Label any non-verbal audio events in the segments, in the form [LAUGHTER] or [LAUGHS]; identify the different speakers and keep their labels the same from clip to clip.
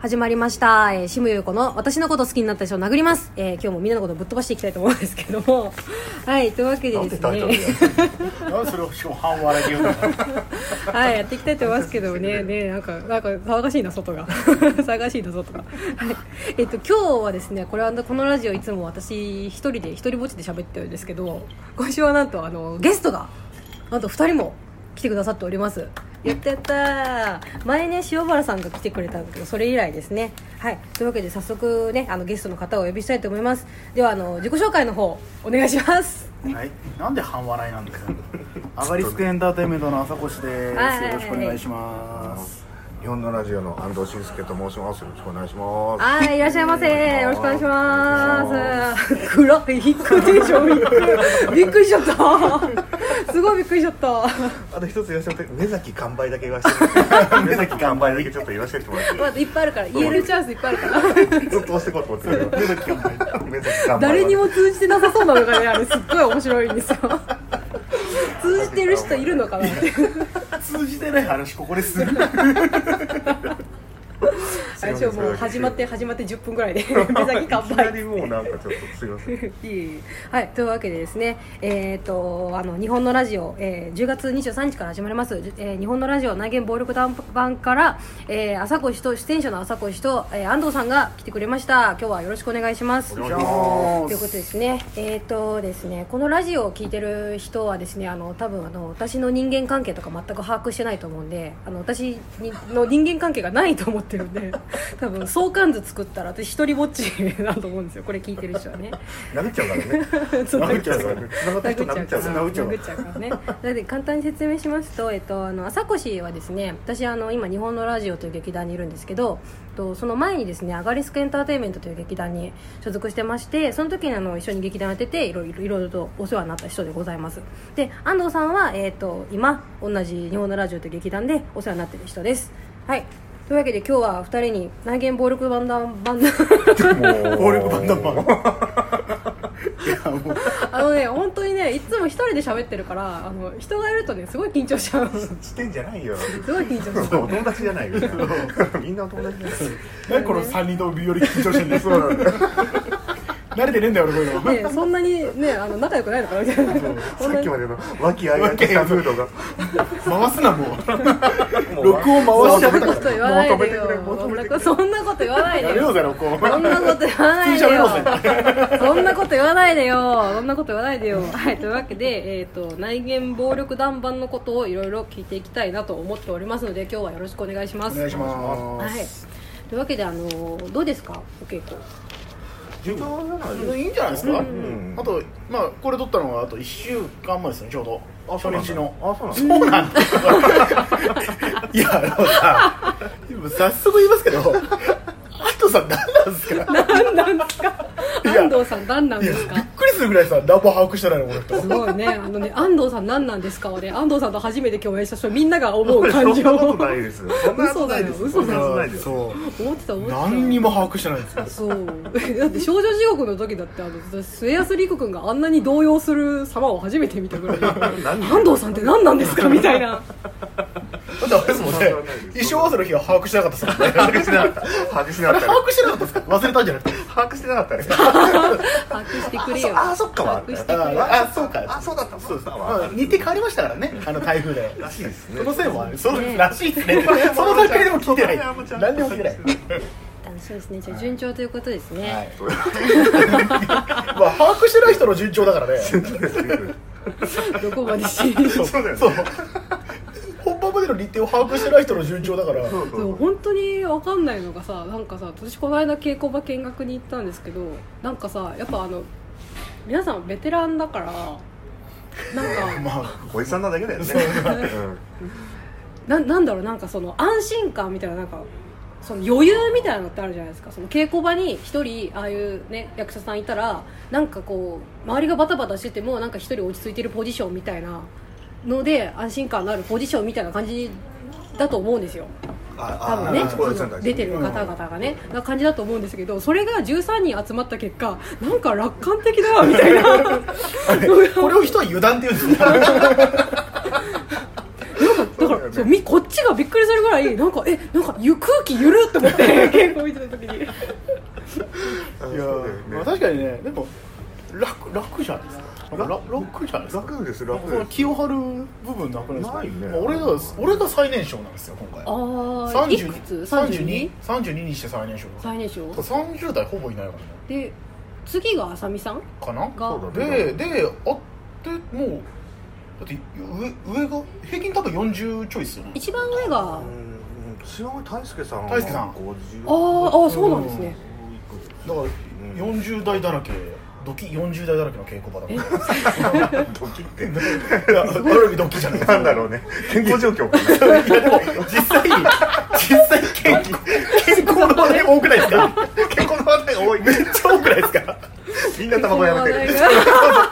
Speaker 1: 始まりました、えー、シムユーコの私のこと好きになった人を殴ります、えー今日もみんなのことをぶっ飛ばしていきたいと思うんですけどもはいというわけで
Speaker 2: なん
Speaker 1: で
Speaker 2: て
Speaker 1: す
Speaker 2: タイトル
Speaker 1: ね
Speaker 2: やなんでそれを初版笑いで言うの
Speaker 1: はいやっていきたいと思いますけどねねなんかなんか騒がしいな外が [LAUGHS] 騒がしいな外が、はいえっと今日はですねこれはこのラジオいつも私一人で一人ぼっちで喋ってるんですけど今週はなんとあのゲストがなんと2人も来てくださっておりますやったやったー前ね塩原さんが来てくれたんだけどそれ以来ですねはいというわけで早速ねあのゲストの方をお呼びしたいと思いますではあの自己紹介の方お願いします
Speaker 2: はい、なんで半笑いなん
Speaker 3: [LAUGHS]
Speaker 2: ですかアガリスクエンターテインメントの朝越です、
Speaker 1: はい
Speaker 2: よろしくお願いします
Speaker 3: 日本のラジオの安藤俊介と申します。よろしくお願いします。
Speaker 1: はい、いらっしゃいませ。よろしくお願いし
Speaker 3: お願
Speaker 1: ま。 [LAUGHS] す。暗い、低テンション、びっくりしちゃった。すごいびっくりしちゃった。
Speaker 3: あと一つ言わせて、目先完売だけ言わせて。目先完売だけちょっと言わせてもらっていい。
Speaker 1: まだいっぱいあるから、言えるチャンスいっぱいあるから。
Speaker 3: ずっと押していこうと思ってたけど。目先完 [LAUGHS] 売。目先完売。 [LAUGHS]
Speaker 1: 誰に。も通じてなさそうなのがね、あれすっごい面白いんですよ。通じてる人いるのかな [LAUGHS] って。
Speaker 2: 通じてない話ここでする
Speaker 1: 最初もう始まって始まって10分ぐ [LAUGHS] らいで、目先乾
Speaker 3: いきな
Speaker 1: 杯。
Speaker 3: りもうなんかちょっとすいませ
Speaker 1: [LAUGHS]
Speaker 3: ん。
Speaker 1: いえいえはい、というわけでですね、えー、とあの日本のラジオ、えー10月23日から始まります、じゅえー日本のラジオ内見暴力団版から、えー、朝越と出演者の朝越と、えー安藤さんが来てくれました今日はよろしくお願いします。
Speaker 3: 願いし [LAUGHS]
Speaker 1: ということ
Speaker 2: で
Speaker 1: ですね。えっ、とですね、このラジオを聞いてる人はですね、あの多分あの私の人間関係とか全く把握してないと思うんで、あの私にの人間関係がないと思ってるんで、多分相関図作ったら私一人ぼっちだと思うんですよ。これ聞いてる人はね。
Speaker 3: 殴っちゃうから
Speaker 1: [LAUGHS]
Speaker 3: ね。
Speaker 1: そう
Speaker 3: 殴っちゃうからね。繋がった人
Speaker 1: 殴
Speaker 3: 殴
Speaker 1: っ
Speaker 3: っ
Speaker 1: ち
Speaker 3: ち
Speaker 1: ゃ
Speaker 3: ゃ
Speaker 1: うか
Speaker 3: うからら。
Speaker 1: 殴っちゃうから [LAUGHS] ねだって簡単に説明しますと、えっと、あの朝越はですね私あの今日本のラジオという劇団にいるんですけどえっとその前にですねアガリスクエンターテインメントという劇団に所属してましてその時にあの一緒に劇団やってていろいろいろいろとお世話になった人でございますで安藤さんは、えっと今同じ日本のラジオという劇団でお世話になってる人ですはいというわけで今日は2人に内見暴力バンダンバンダン
Speaker 3: もう。
Speaker 2: 暴力バンダンマン
Speaker 3: もう [LAUGHS]
Speaker 2: いやもう
Speaker 1: あのね本当にねいつも一人で喋ってるからあの人がいるとねすごい緊張しちゃうす
Speaker 3: してんじゃないよ。
Speaker 1: ごい緊張しちゃう
Speaker 3: お友達じゃないよ。みんなお友達じゃない。
Speaker 2: 何この三人ともより緊張してんだよ
Speaker 3: そうなんだよ。
Speaker 2: 慣れてねえんだよ俺こういう
Speaker 1: ね、
Speaker 2: の
Speaker 1: そんなにねあの仲良くないのかなみたいなそん
Speaker 3: さ
Speaker 1: な
Speaker 3: っき
Speaker 1: に
Speaker 3: までの和気あいあいとしたムードが。
Speaker 2: 回すなもう録音回しちゃ
Speaker 1: そん
Speaker 2: っ
Speaker 1: な
Speaker 2: た
Speaker 1: こと言わないでよ
Speaker 3: もう止めてくれ
Speaker 1: そんなこと言わない
Speaker 2: や
Speaker 1: で
Speaker 2: めよう
Speaker 1: よ
Speaker 2: ぜ録音
Speaker 1: そんなこと言わないでよ
Speaker 2: 普通に
Speaker 1: そんなこと言わないでよそんなこと言わないでよはいというわけで、えー、と内言暴力団版のことをいろいろ聞いていきたいなと思っておりますので今日はよろしくお願いしま
Speaker 2: お
Speaker 1: す
Speaker 2: 願いしま
Speaker 1: はい
Speaker 2: す、
Speaker 1: というわけであのどうですかお稽古
Speaker 3: 順調じゃない
Speaker 2: いいんじゃないですか、
Speaker 3: ん
Speaker 2: あとまあこれ撮ったのがあと1週間前ですねちょうど初日の
Speaker 3: あそうなんだ
Speaker 2: そうなんだいやあのさ今早速言いますけど安藤さん何なんですか
Speaker 1: 何なんですか
Speaker 2: いや
Speaker 1: 安藤さん何なん
Speaker 2: い
Speaker 1: で
Speaker 2: やび
Speaker 1: す
Speaker 2: っ
Speaker 1: か
Speaker 2: くりするぐらいさ何も把握してないのこの人
Speaker 1: すごいねあのね安藤さん何なんですかをね安藤さんと初めて共演した人みんなが思う感
Speaker 3: そん
Speaker 1: 情
Speaker 3: な
Speaker 1: を
Speaker 3: ことないですよそんなことないです
Speaker 1: 嘘だよ嘘だよ
Speaker 3: そんなことないです
Speaker 2: そう
Speaker 1: 思ってた思ってた
Speaker 2: 何にも把握してないんですよ
Speaker 1: そうだって少女地獄の時だってあの末安陸君があんなに動揺する様を初めて見たぐらい
Speaker 3: [LAUGHS] 何
Speaker 1: 安藤さんって何なんですかみたいな
Speaker 2: だってあれですもんね衣装合わせの日は把握してなかったですもんね
Speaker 3: 把握してなかった把握してなかったね
Speaker 2: 把握してなかったですか忘れたんじゃなくて
Speaker 3: 把握してなかったね
Speaker 1: 把握してくれよ
Speaker 3: あそっかは
Speaker 1: 把握してくれよ
Speaker 2: ああそうか
Speaker 3: あそうだったそうだった
Speaker 2: まあ
Speaker 3: わ
Speaker 2: 日程変わりましたからねあの台風で
Speaker 3: らしいですね
Speaker 2: そのせいもあるその
Speaker 1: ね
Speaker 2: らしいですねその段階でも聞いてない何でも聞いてない
Speaker 1: あそうですねじゃあ順調ということですね、
Speaker 2: はい [LAUGHS] まあ把握してない人の順調だからね
Speaker 1: どこまでし
Speaker 3: そうだよね
Speaker 2: そう本番までの日程を把握してない人の順調だから
Speaker 3: そうそう
Speaker 1: そう本当に分かんないのがさなんかさ私この間稽古場見学に行ったんですけどなんかさやっぱあの皆さんベテランだからなんか
Speaker 3: [LAUGHS]
Speaker 2: まあ
Speaker 3: おじさんなだけだよねうん
Speaker 1: ななんだろうなんかその安心感みたいななんかその余裕みたいなのってあるじゃないですかその稽古場に一人ああいうね役者さんいたらなんかこう周りがバタバタしててもなんか一人落ち着いてるポジションみたいなので安心感のあるポジションみたいな感じだと思うんですよ多
Speaker 3: あ
Speaker 1: 分
Speaker 3: あ
Speaker 1: ね
Speaker 3: あそうです
Speaker 1: 出てる方々がね、な感じだと思うんですけどそれが13人集まった結果なんか楽観的だわみ
Speaker 3: [LAUGHS]
Speaker 1: たいななんか
Speaker 2: これを人は油断って言うんですよ
Speaker 1: だから
Speaker 2: よね
Speaker 1: そうみこっちがびっくりするぐらいなんかえなんかゆ空気ゆるって思って
Speaker 3: [LAUGHS]
Speaker 1: 稽古見てた時に
Speaker 3: そう
Speaker 2: い
Speaker 3: だ
Speaker 2: や
Speaker 3: よね
Speaker 2: まあ確かにねでも楽楽じゃないですかなんか楽楽じゃないですか
Speaker 3: 楽です
Speaker 2: こ
Speaker 3: 楽
Speaker 2: の
Speaker 3: です
Speaker 2: 気を張る部分なくないですか
Speaker 3: ないね
Speaker 2: まあ俺が俺が最年少なんですよ今回
Speaker 1: あーいくつ
Speaker 2: 32?32
Speaker 1: 32?
Speaker 2: にして最年少だ
Speaker 1: 最年少
Speaker 2: 30代ほぼいないから
Speaker 1: で次があさみさん
Speaker 2: ねか
Speaker 1: が
Speaker 3: そう
Speaker 2: な
Speaker 3: だね
Speaker 2: でであってもうだって上上が平均多分40ちょいっすよね
Speaker 1: 一番上が
Speaker 3: うん島上大輔さん
Speaker 2: 大輔さん
Speaker 1: あーあ
Speaker 3: 50
Speaker 1: ーそうなんですね
Speaker 2: だから40代だらけドキ40代だらけの稽古場だ [LAUGHS] から
Speaker 3: ドキって
Speaker 2: いやある意味ドキじゃないです
Speaker 3: なんだろうね健康状況かな
Speaker 2: いやでも実際実際健康健康の話題多くないです [LAUGHS] か健康の話題多いめっちゃ多くないですか
Speaker 3: [LAUGHS] みんなタバコやめて
Speaker 1: [LAUGHS]
Speaker 3: る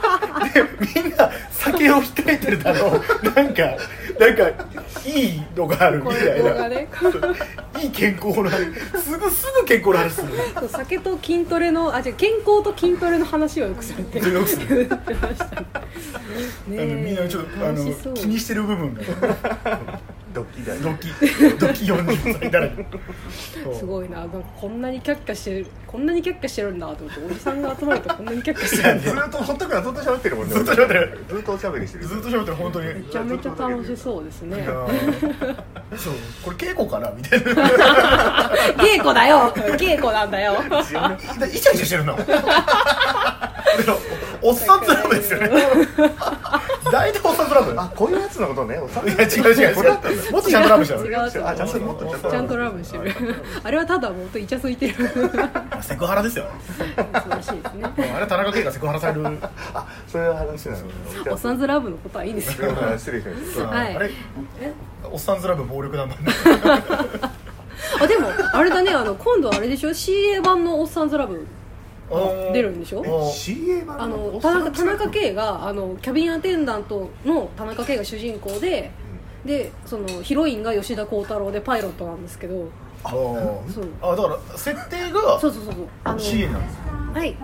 Speaker 2: でみんな酒を控えてるだろうなんかなんかいいのがあるみ
Speaker 1: こ
Speaker 2: た
Speaker 1: れ
Speaker 2: い
Speaker 1: 動画
Speaker 3: [LAUGHS]
Speaker 2: な、
Speaker 1: ね
Speaker 2: いい健康の話すぐすぐ健康の話する
Speaker 1: そう酒と筋トレのあじゃ健康と筋トレの話をよくされて
Speaker 2: よくする
Speaker 1: 言ってましたねね
Speaker 2: あのみんなちょっとあ
Speaker 1: 楽しそう
Speaker 2: の気にしてる部分が
Speaker 3: ドキだ
Speaker 2: ド
Speaker 3: よ
Speaker 2: キドキ40歳だらけ
Speaker 1: すごいななんかこんなにキャッキャしてるこんなにキャッキャしてるんだと思っておじさんが集まるとこんなにキャッキャしてるん
Speaker 3: ず
Speaker 1: だ
Speaker 3: っとほっとくらずっと喋ってるもんね
Speaker 2: ずっと喋ってる
Speaker 3: ずっとおしゃべりしてる
Speaker 2: ずっと喋ってる本当に
Speaker 1: めちゃめちゃ楽しそうですね
Speaker 2: そうこれ稽古かなみたいな
Speaker 1: 稽古だよ稽古なんだよ
Speaker 2: でイチャイチャしてるのおっさんずラブですよね大体おっさんずラブ
Speaker 3: あこういうやつのことねおさ
Speaker 2: いや違う違う違う
Speaker 3: これだったんだ
Speaker 2: もっとちゃんとラブしちゃう
Speaker 1: 違う違う
Speaker 3: あちゃんともっと
Speaker 1: ちゃんとラブしてるあれはただもうとイチャついてる素
Speaker 2: セクハラですよ
Speaker 1: 晴らしいですね
Speaker 2: あれ田中圭がセクハラされる
Speaker 3: あそういう話なの
Speaker 1: おっさんずラブのことはいいんですよ
Speaker 3: 失礼しました
Speaker 1: はい
Speaker 2: あれおっさんずラブ暴力団なんだ
Speaker 1: あでもあれだねあの今度あれでしょ CA 版の「おっさんずラブ
Speaker 2: あ」
Speaker 1: 出るんでしょ
Speaker 2: え
Speaker 3: CA 版
Speaker 1: あの
Speaker 3: おっ
Speaker 1: 田
Speaker 3: さん
Speaker 1: 中田中圭があのキャビンアテンダントの田中圭が主人公で、でそのヒロインが吉田鋼太郎でパイロットなんですけど
Speaker 2: あ
Speaker 1: そう
Speaker 2: あだから設定が
Speaker 1: そうそうそうそうあの
Speaker 2: CA なんです
Speaker 1: はい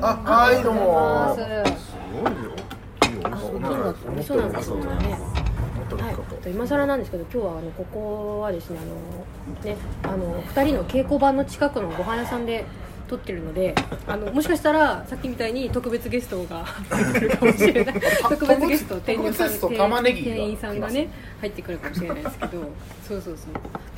Speaker 2: あはいどう
Speaker 1: あ
Speaker 2: も
Speaker 1: す
Speaker 3: すごいよ大きいよ
Speaker 1: あそう
Speaker 3: 女
Speaker 1: なん
Speaker 3: の
Speaker 1: だ
Speaker 3: 子思った
Speaker 1: そう
Speaker 3: よ
Speaker 1: な
Speaker 3: り
Speaker 1: んだそなんだ
Speaker 3: かそううだ
Speaker 1: ね
Speaker 2: もっと
Speaker 1: はい
Speaker 2: 深く、
Speaker 1: 今更なんですけど今日はあのここはですねあのねあの2人の稽古場の近くのご飯屋さんで撮ってるのであのもしかしたらさっきみたいに特別ゲスト
Speaker 2: [LAUGHS]
Speaker 1: が入ってくるかもしれない特別ゲスト店員さん
Speaker 2: 特別ゲスト玉ねぎが
Speaker 1: 店員さんがね入ってくるかもしれないですけどそうそうそう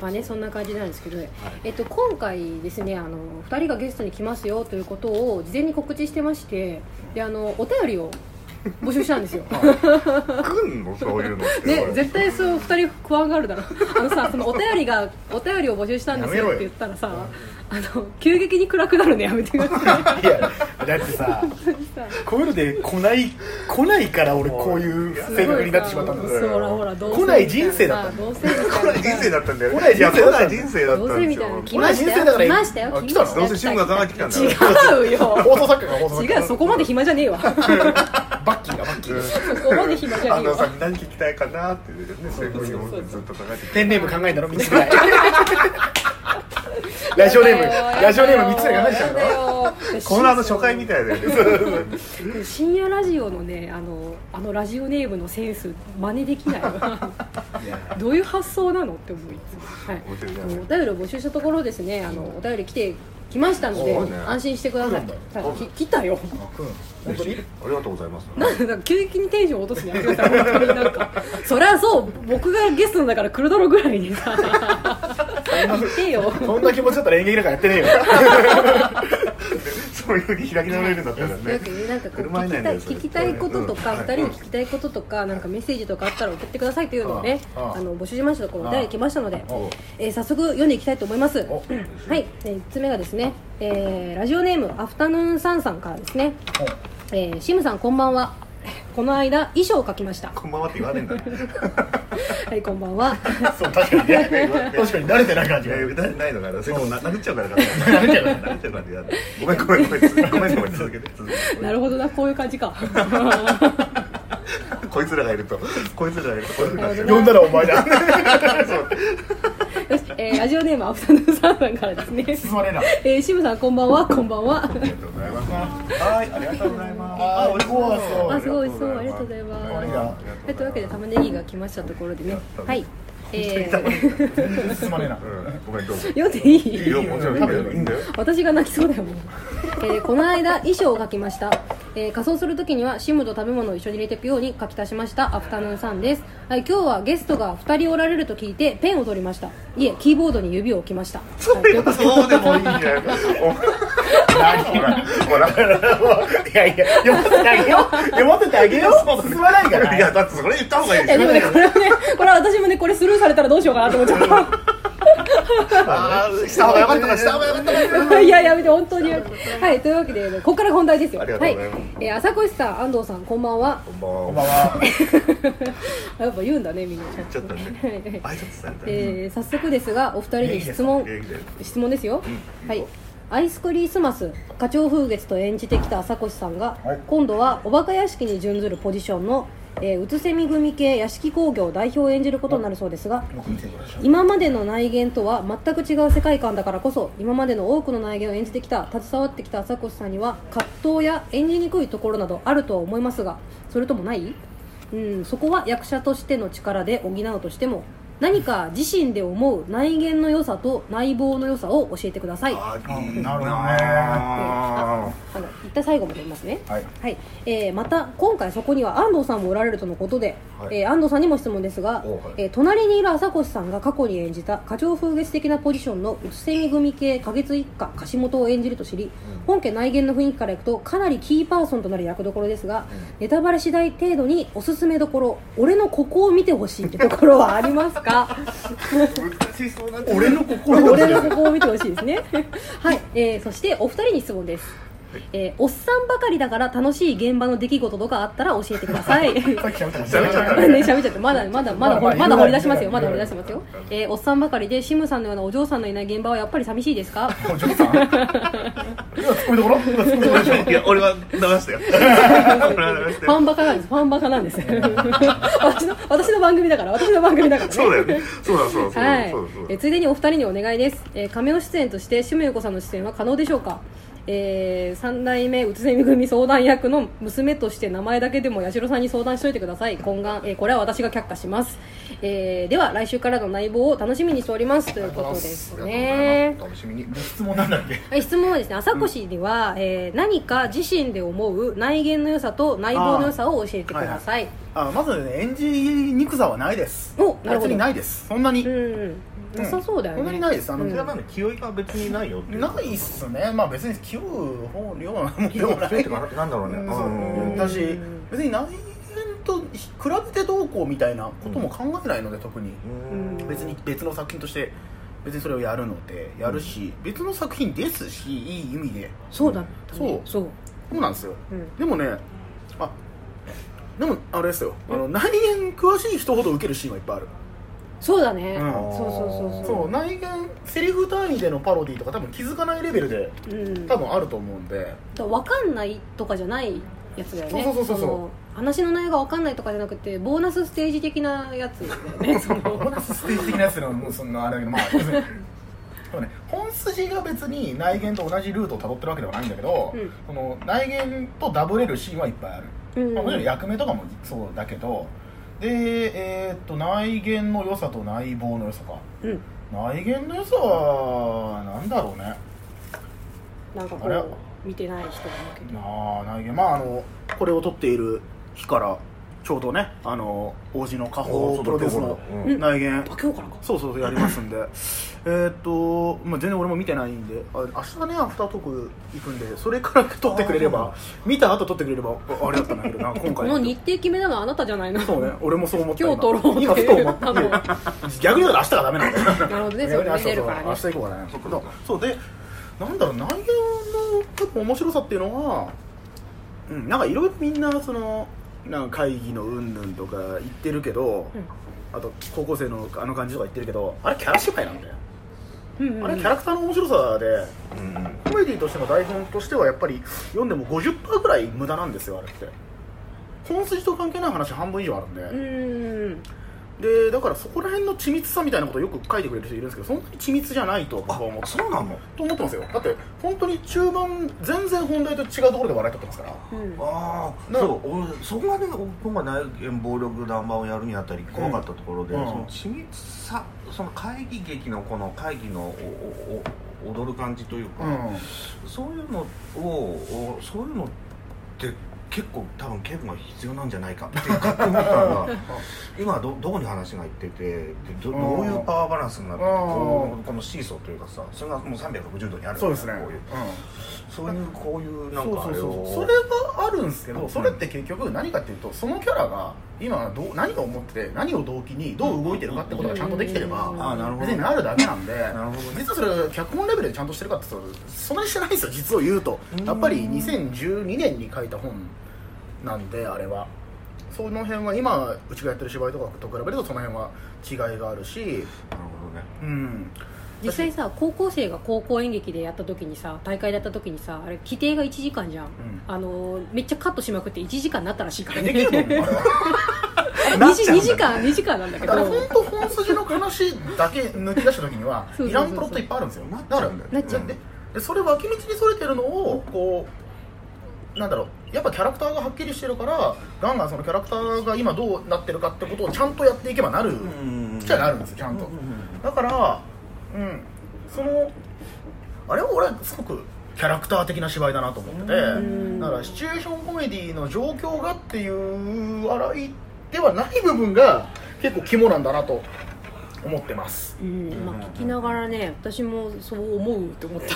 Speaker 1: まあねそんな感じなんですけど、えっと、今回ですねあの2人がゲストに来ますよということを事前に告知してましてであのお便りを募集したんですよ
Speaker 3: 来んのそういうのって
Speaker 1: ね、絶対そう2人不安があるだろあの
Speaker 2: [LAUGHS]
Speaker 1: さそのお便りがお便りを募集したんですよって言ったらさあの急激に暗くなるのやめてくださ
Speaker 2: いやだって
Speaker 1: [LAUGHS] い
Speaker 2: さ
Speaker 1: さ
Speaker 2: こういうので来ない来ないから俺こういう [LAUGHS] 性格になってしまったんだ
Speaker 1: すごいさほらほらどうせ
Speaker 2: 来ない人生だったんだ
Speaker 1: どうせみたいな
Speaker 3: これ人生だったんだよね
Speaker 2: これ人生だった
Speaker 3: いやこれ人生だ
Speaker 1: ど
Speaker 3: った
Speaker 1: うんせ
Speaker 3: で
Speaker 1: み
Speaker 3: す
Speaker 1: たいな
Speaker 3: よ
Speaker 1: 来ました
Speaker 2: こ
Speaker 1: よ
Speaker 2: れ
Speaker 1: 来
Speaker 2: 人
Speaker 1: ま
Speaker 2: 生
Speaker 1: した
Speaker 2: だ
Speaker 1: よ
Speaker 2: から
Speaker 1: 来ました
Speaker 3: ど
Speaker 1: よ
Speaker 3: うせ志村さんが来たんだよ
Speaker 1: 違うよ
Speaker 2: [LAUGHS] 放送作家が放送作
Speaker 1: 違うそこまで暇じゃねえわ
Speaker 2: [LAUGHS] 家バッキーがバッキー
Speaker 1: そこまで暇じゃ
Speaker 3: あ
Speaker 1: ねえ
Speaker 3: のさ
Speaker 1: わ
Speaker 3: 何聞きたいかなってねそういうふうに思ってずっと考えて
Speaker 2: ペンネーム考えたの3つぐらい
Speaker 1: [LAUGHS]
Speaker 2: ラジオネームラジオネーム3つぐらい考えてたの
Speaker 1: の
Speaker 3: このあの初回みたいだよね
Speaker 1: 深夜ラジオのねあのあのラジオネームのセンス真似できないわどういう発想なのって思いつもはい
Speaker 3: 面白いね
Speaker 1: あのお便りを募集したところですねあのお便り来てきましたので、
Speaker 3: すごいね
Speaker 1: 安心してください
Speaker 2: 来るん
Speaker 1: はいき来たよ
Speaker 2: 本当に
Speaker 3: [LAUGHS] ありがとうございます
Speaker 1: なんか急激にテンション落とすね秋元さん本当になんかそりゃそう僕がゲストだから来るだろうぐらいにさ [LAUGHS] 来てよ
Speaker 2: そんな気持ちだったら演劇なんかやってねえよ
Speaker 3: [LAUGHS] そういうふうに開き直れるんだったら
Speaker 1: なん
Speaker 3: ね
Speaker 1: かなんかこう
Speaker 3: 車い
Speaker 1: 聞きたい
Speaker 3: ないんだよ
Speaker 1: 聞きたいこととか、
Speaker 3: うん
Speaker 1: 二人に聞きたいこととか、なんかメッセージとかあったら送ってくださいというのをね、
Speaker 2: ああ
Speaker 1: あの募集しましたところ、お
Speaker 2: あ
Speaker 1: 便り来ましたので
Speaker 2: お、
Speaker 1: えー早速読んでいきたいと思います。
Speaker 2: お
Speaker 1: うんはい、えー一つ目がですね、えーラジオネームアフタヌーンサンさんからですね、えーシムさんこんばんは。 [LAUGHS] この間衣装を書きました。 [LAUGHS]
Speaker 3: こんばんはって言わねえんだね
Speaker 1: はい、こんばんは。 [LAUGHS]
Speaker 2: そう確かにね確かに慣れてない感
Speaker 3: い
Speaker 2: じが
Speaker 3: やいやないのかなそれともな殴っちゃうからかな
Speaker 2: 慣れてない
Speaker 3: 殴っちゃうからやだごめんごめんごめんごめんごめん続けて続けて
Speaker 1: なるほどな、こういう感じか。 [LAUGHS]
Speaker 3: こいつらがいるとこいつらがいるとこういうふうになっちゃう
Speaker 2: 呼んだらお前だ
Speaker 1: よし、ええーラジオネームアフタヌーンさんさんからです
Speaker 3: [LAUGHS]
Speaker 1: ね、
Speaker 4: 進まれな
Speaker 1: えー、シムさんこんばんはこんばんは
Speaker 4: ありがとうございます
Speaker 3: はい、ありがとうございます。
Speaker 4: あー美味しそう
Speaker 1: あすごいそうありがとうございます
Speaker 4: ありがとうございます
Speaker 1: はいというわけで玉ねぎが来ましたところでねはいえー、
Speaker 4: 全然進まねえな
Speaker 3: うん、ごめん、どうぞ。
Speaker 1: 読んでい
Speaker 3: い
Speaker 1: い [LAUGHS]
Speaker 3: いよ、もちろんいいんだよ。いいんだよ。
Speaker 1: 私が泣きそうだよもう、えーこの間衣装を書きました、えー仮装する時にはシムと食べ物を一緒に入れていくように書き足しましたアフタヌーンさんです、はい、今日はゲストが2人おられると聞いてペンを取りましたいえキーボードに指を置きましたはいよかっ
Speaker 3: そうでもいいんじゃないほら、ほら。
Speaker 2: いやいや読ませてあげよう読ませてあげよう進まないか
Speaker 3: い
Speaker 2: ら
Speaker 3: や、だってそれ言った方がいい
Speaker 1: たいや
Speaker 3: で
Speaker 1: ですも
Speaker 3: よ。
Speaker 1: ね [LAUGHS] これはねこれは私もねこれスルーされたらどうしようかなと思っちゃった
Speaker 3: あーした方が良かったか、した方が良かった
Speaker 1: [LAUGHS]
Speaker 3: か。
Speaker 1: いややめて本当にはいというわけでここから本題ですよ
Speaker 3: ありがとうございます
Speaker 1: はい、えー、浅越さん安藤さんこんばんは
Speaker 3: こんばん
Speaker 4: こんばん
Speaker 3: は。
Speaker 4: は
Speaker 1: やっぱ言うんだねみんなちゃんと
Speaker 3: ちょっとね、
Speaker 1: はい
Speaker 3: 挨拶されたね。
Speaker 1: えー、早速ですがお二人に質問
Speaker 3: 礼儀だよ
Speaker 1: 質問ですよ、
Speaker 3: うん
Speaker 1: はいアイスクリスマス花鳥風月と演じてきた朝越さんが、
Speaker 4: はい
Speaker 1: 今度はお化け屋敷に準ずるポジションの、えー、うつせみ組系屋敷工業代表を演じることになるそうですが
Speaker 4: 僕見てください
Speaker 1: 今までの内言とは全く違う世界観だからこそ今までの多くの内言を演じてきた携わってきた朝越さんには葛藤や演じにくいところなどあるとは思いますがそれともないうんそこは役者としての力で補うとしても何か自身で思う内言の良さと内房の良さを教えてくださいあ
Speaker 3: あー
Speaker 4: なるほどね
Speaker 3: あ
Speaker 1: の一旦最後まで言いますね
Speaker 4: はい
Speaker 1: はいえーまた今回そこには安藤さんもおられるとのことで、
Speaker 3: はい
Speaker 1: えー安藤さんにも質問ですが、
Speaker 3: おうはい
Speaker 1: えー隣にいる朝越さんが過去に演じた花鳥風月的なポジションのうつせみ組系花月一家樫本を演じると知り、本家内言の雰囲気からいくとかなりキーパーソンとなる役どころですが、ネタバレ次第程度におすすめどころ俺のここを見てほしいってところはありますか
Speaker 3: ー難しそうなんだ
Speaker 4: 俺の心
Speaker 1: 俺のここを見てほしいです [LAUGHS] ねはい、えーそしてお二人に質問ですえーおっさんばかりだから楽しい現場の出来事とかあったら教えてくだ [LAUGHS] さい
Speaker 4: さっき喋ってまし
Speaker 3: 喋っちゃったね
Speaker 1: ね、喋っちゃってまだま [LAUGHS] だまだ
Speaker 4: まあまあ
Speaker 1: まだ掘り出しますよまだ掘
Speaker 4: いろい
Speaker 1: り
Speaker 4: ろ
Speaker 1: 出しますよ、えーおっさんばかりでシムさんのようなお嬢さんのいない現場はやっぱり寂しいですか [LAUGHS]
Speaker 4: お嬢さん今突っ込みどころ今突っ込みどころ
Speaker 3: [LAUGHS] いや、俺は流したよ。俺は流し
Speaker 1: フ
Speaker 3: たよ。
Speaker 1: ァンバカなんですファンバカなんです [LAUGHS] 私の私の番組だから私の番組だからね
Speaker 3: そうだよね。そうだ、そうだ、そう
Speaker 1: は
Speaker 3: だ
Speaker 1: い
Speaker 3: そうだそう、
Speaker 1: え
Speaker 3: だ。
Speaker 1: ついでにお二人にお願いです、えー、亀尾出演としてシムユコさんの出演は可能でしょうか、えー、三代目うつせみ組相談役の娘として名前だけでも八代さんに相談しといてください懇願、えー、これは私が却下します、えー、では来週からの内房を楽しみにしておりますということですね
Speaker 4: 楽しみに質問なんだっけ
Speaker 1: はい質問はですね朝越では、えー何か自身で思う内言の良さと内房の良さを教えてください、
Speaker 2: あまずね演じにくさはないです
Speaker 1: おなるほど
Speaker 2: 別にないですそんなに、
Speaker 1: うんなさそうだよね
Speaker 2: そんなにないですあの、
Speaker 1: うん
Speaker 3: それはなんだ気負いが別にないよっていうこと。
Speaker 2: ないっすねまあ別に気負う方量はもう
Speaker 3: 気負いが
Speaker 2: な
Speaker 3: 別に
Speaker 2: い
Speaker 3: ってかなんだろうね。あ
Speaker 2: うん
Speaker 3: の
Speaker 2: だし別に内面と比べてどうこうみたいなことも考えないので、特に
Speaker 3: うん
Speaker 1: うん
Speaker 2: 別に別の作品として別にそれをやるのでやるし、別の作品ですしいい意味で
Speaker 1: そうだったねそう
Speaker 2: そうなんですよ
Speaker 1: うん
Speaker 2: でもねあでもあれですよあの内縁詳しい人ほど受けるシーンはいっぱいある
Speaker 1: そうだね、
Speaker 2: うん
Speaker 1: そうそう
Speaker 2: そ
Speaker 1: そう
Speaker 2: 内言セリフ単位でのパロディとか多分気づかないレベルで
Speaker 1: うそう、うん、
Speaker 2: 多分あると思うんで
Speaker 1: 分かんないとかじゃないやつだよね
Speaker 2: そうそうそうそう
Speaker 1: の話の内容が分かんないとかじゃなくてボーナスステージ的なやつだよねその
Speaker 4: ボーナスステージ的なやつのもうそんなあれだけどまあ別にでもね本筋が別に内言と同じルートをたどってるわけではないんだけど、
Speaker 1: うん
Speaker 4: その内言とダブれるシーンはいっぱいある、
Speaker 1: うん
Speaker 4: まあ、もちろん役目とかもそうだけどでえーっと内言の良さと内房の良さか
Speaker 1: うん
Speaker 4: 内言の良さはなんだろうね
Speaker 1: なんかこ
Speaker 4: あれ
Speaker 1: う見てない人がいるけど
Speaker 4: ああ内言まああの
Speaker 2: これを撮っている日からちょうどねあの王子の家宝プロデュースの
Speaker 3: うん
Speaker 2: 内言
Speaker 1: あ今日からか
Speaker 2: そうそうそうやりますんでえーっと、まあ、全然俺も見てないんであ明日ねアフタートーク行くんでそれから撮ってくれれば見た後撮ってくれればああれだったんだけど
Speaker 1: [LAUGHS]
Speaker 2: な今
Speaker 1: こ
Speaker 2: 回
Speaker 1: の日程決めたのはあなたじゃないの
Speaker 2: そうね俺もそう思った
Speaker 1: 今日撮ろうって
Speaker 2: 今今ふと思っ
Speaker 1: 多
Speaker 2: た
Speaker 1: 分
Speaker 2: 逆に言うと明日がダメなんだよ
Speaker 1: なるほどねそれ見れるからね
Speaker 2: 明日行こうかね
Speaker 3: そっかそっか
Speaker 2: そうでなんだろう内容のやっぱ面白さっていうのはうんなんかいろいろみんなそのなんか会議のうんぬんとか言ってるけど、あと高校生のあの感じとか言ってるけどあれキャラ芝居なんだよ、
Speaker 1: うんうん
Speaker 2: あれキャラクターの面白さで
Speaker 3: うん
Speaker 2: コメディとしての台本としてはやっぱり読んでも50%ぐらい無駄なんですよあれって本筋と関係ない話半分以上あるんで、
Speaker 1: うんうん
Speaker 2: でだからそこら辺の緻密さみたいなことをよく書いてくれる人いるんですけどそんなに緻密じゃないと僕は思って
Speaker 3: そうなの
Speaker 2: と思ってますよだって本当に中盤全然本題と違うところで笑い取ってますから
Speaker 1: うん
Speaker 3: ああ
Speaker 2: な
Speaker 3: そう俺そこまで僕が内見暴力団場をやるにあたり怖かったところで、
Speaker 2: うん
Speaker 3: その緻密さその会議劇のこの会議のおおお踊る感じというか、そういうのをおそういうのって結構多分稽古が必要なんじゃないかって勝手に思った
Speaker 2: [LAUGHS]
Speaker 3: のが今どどこに話がいっててでどど
Speaker 2: うん
Speaker 3: ういうパワーバランスになってて
Speaker 2: うん
Speaker 3: このこのシーソーというかさそれがもう360度にある
Speaker 2: そうですね
Speaker 3: こういう
Speaker 2: う
Speaker 3: そういうこういうんなんかあ
Speaker 2: そう
Speaker 3: れ
Speaker 2: そう
Speaker 3: を
Speaker 2: そうそれはあるんですけ
Speaker 3: う
Speaker 2: ど
Speaker 3: ん
Speaker 2: それって結局何かっていうとそのキャラが今どう何を思ってて何を動機にどう動いてるかってことがちゃんとできてれば
Speaker 1: うん
Speaker 3: ああなるほど
Speaker 2: 別になるだけなんで
Speaker 3: なるほどね
Speaker 2: 実はそれ脚本レベルでちゃんとしてるかって言うとそんなにしてないんですよ実を言うと
Speaker 3: うん
Speaker 2: やっぱり2012年に書いた本なんであれはその辺は今うちがやってる芝居とかと比べるとその辺は違いがあるし
Speaker 3: なるほどね
Speaker 2: うん
Speaker 1: 実際さ高校生が高校演劇でやった時にさ大会でやった時にさあれ規定が1時間じゃん、あのーめっちゃカットしまくって1時間になったらしいからね
Speaker 2: できると思うあれは
Speaker 1: 2, 時2時間2時間なんだけ
Speaker 2: だ
Speaker 1: ど
Speaker 2: から本当本筋の話だけ抜き出した時には
Speaker 1: そうそうそうそう
Speaker 2: いらんプロットいっぱいあるんですよだから
Speaker 1: なっちゃう
Speaker 2: ででそれ脇道にそれてるのをこうなんだろうやっぱキャラクターがはっきりしてるからガンガンそのキャラクターが今どうなってるかってことをちゃんとやっていけばなる
Speaker 3: うん
Speaker 2: じゃなるんですよちゃんとだからうんそのあれは俺すごくキャラクター的な芝居だなと思ってて
Speaker 1: ん
Speaker 2: だからシチュエーションコメディの状況がっていう洗いではない部分が結構肝なんだなと思ってます、
Speaker 1: うんまあ、聞きながらね私もそう思うって思った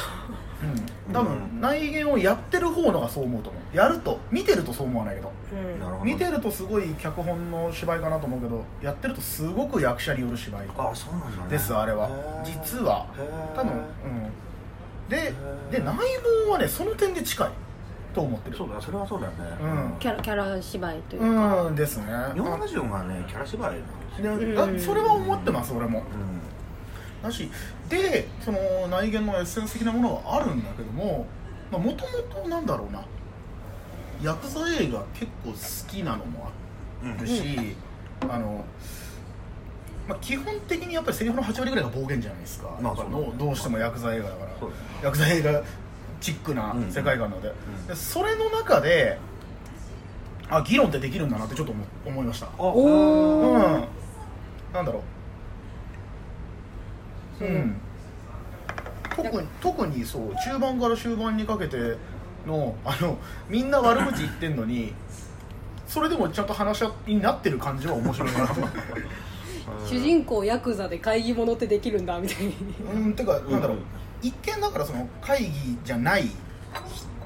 Speaker 2: うん、多分内言をやってる方のがそう思うと思うやると見てるとそう思わないけど
Speaker 1: うん
Speaker 3: なるほど
Speaker 2: 見てるとすごい脚本の芝居かなと思うけどやってるとすごく役者による芝居
Speaker 3: あそうなんだ、ね、
Speaker 2: ですあれは
Speaker 3: へー
Speaker 2: 実は
Speaker 3: へー
Speaker 2: 多分、うん、で
Speaker 3: ー
Speaker 2: で内文はねその点で近いと思ってる
Speaker 3: そうだそれはそうだよね
Speaker 2: うん
Speaker 1: キャラキャラ芝居というか、
Speaker 2: うんですね
Speaker 3: 日本ラジオがねキャラ芝居なんですよ、
Speaker 2: で
Speaker 1: うん
Speaker 2: あそれは思ってます俺も
Speaker 3: うん
Speaker 2: だしでその内言のエッセンス的なものはあるんだけどももともとなんだろうなヤクザ映画結構好きなのもあるし、あの、まあ、基本的にやっぱりセリフの8割ぐらいが暴言じゃないですか、
Speaker 3: まあ
Speaker 2: やっぱ
Speaker 3: そうだね
Speaker 2: どうどうしてもヤクザ映画だから、
Speaker 3: そうだね
Speaker 2: ヤクザ映画チックな
Speaker 3: うん
Speaker 2: 世界観なので,、
Speaker 3: ん
Speaker 2: でそれの中であ議論ってできるんだなってちょっと思思いました
Speaker 3: あ
Speaker 1: お
Speaker 2: う
Speaker 1: ー
Speaker 2: ん、なんだろう、うん、特に特にそう中盤から終盤にかけてのあのみんな悪口言ってんのにそれでもちゃんと話し合いになってる感じは面白いな
Speaker 1: 主人公ヤクザで会議者ってできるんだみたいに
Speaker 2: うんてかなんだろう、
Speaker 3: うん
Speaker 2: 一見だからその会議じゃない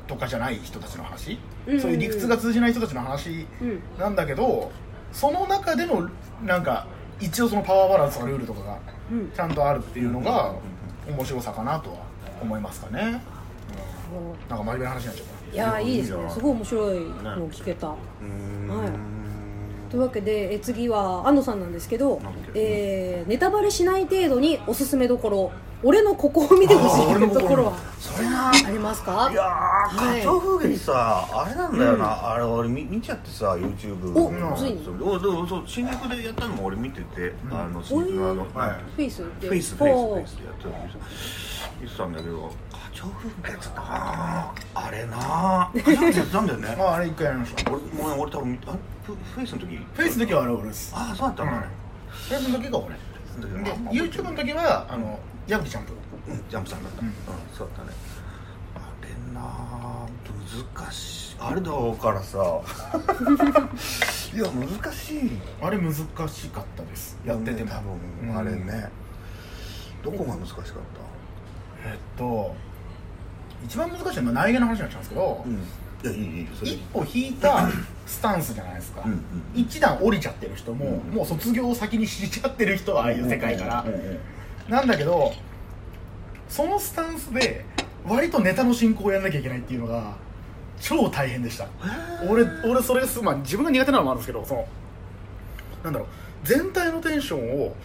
Speaker 2: とかじゃない人たちの話、
Speaker 1: うん
Speaker 2: そういう理屈が通じない人たちの話
Speaker 1: うん
Speaker 2: なんだけどその中でのなんか一応そのパワーバランスとかルールとかが
Speaker 1: うん
Speaker 2: ちゃんとあるっていうのが面白さかなとは思いますかねなんか真面目な話になっちゃっ
Speaker 1: いやーいいです
Speaker 3: いい
Speaker 1: ね
Speaker 3: な
Speaker 1: すごい面白いのを聞けた、
Speaker 3: うん
Speaker 1: はいというわけでえ次は安野さんなんですけど
Speaker 3: なんだっけ、
Speaker 1: えーネタバレしない程度におすすめどころ俺のここを見てほし
Speaker 2: あー俺の
Speaker 1: い
Speaker 2: こ
Speaker 1: と
Speaker 2: こ
Speaker 1: ころは
Speaker 3: それな
Speaker 1: ありますか
Speaker 3: いやー
Speaker 1: はい
Speaker 3: 課長風景にさあれなんだよな、あれ俺見見ちゃってさ YouTube
Speaker 1: お
Speaker 3: の
Speaker 1: ついに
Speaker 3: そうおそうそう新宿でやったのも俺見てて、あの新宿のあの、
Speaker 2: はい
Speaker 1: フェイスで
Speaker 3: フェイスフェイスフ
Speaker 1: ほう
Speaker 3: ェイスでやってたんですよ言ってたんだけど課長風景っつったかなあれな課長風景やったんだよね
Speaker 2: たまああれ一回やりました
Speaker 3: 俺もう俺多分見あフフェイスの時
Speaker 2: フェイスの時はあれ俺です
Speaker 3: ああそうだったのね、
Speaker 2: フェイスの時が俺で
Speaker 3: フェイスの時あんま覚えて
Speaker 2: YouTube の時はあの矢吹ちゃんと
Speaker 3: うんジャンプさんだった、うんそうだったねあれなあ難しいあれだから
Speaker 2: [LAUGHS]
Speaker 3: さいや難しい
Speaker 2: あれ難しかったですやってても
Speaker 3: 多
Speaker 2: うん
Speaker 3: 分あれね、どこが難しかった
Speaker 2: えっと一番難しいのは内言の話になっちゃうんですけど
Speaker 3: いやいいいいそれい
Speaker 2: 一
Speaker 3: い
Speaker 2: 歩引いたスタンスじゃないですか
Speaker 3: うんうん
Speaker 2: 一段降りちゃってる人ももう卒業を先に知っちゃってる人はああいう世界から
Speaker 3: うんうんうん
Speaker 2: なんだけどそのスタンスで割とネタの進行をやらなきゃいけないっていうのが超大変でした俺俺それす、まあ、自分が苦手なのもあるんですけどそのなんだろう全体のテンションを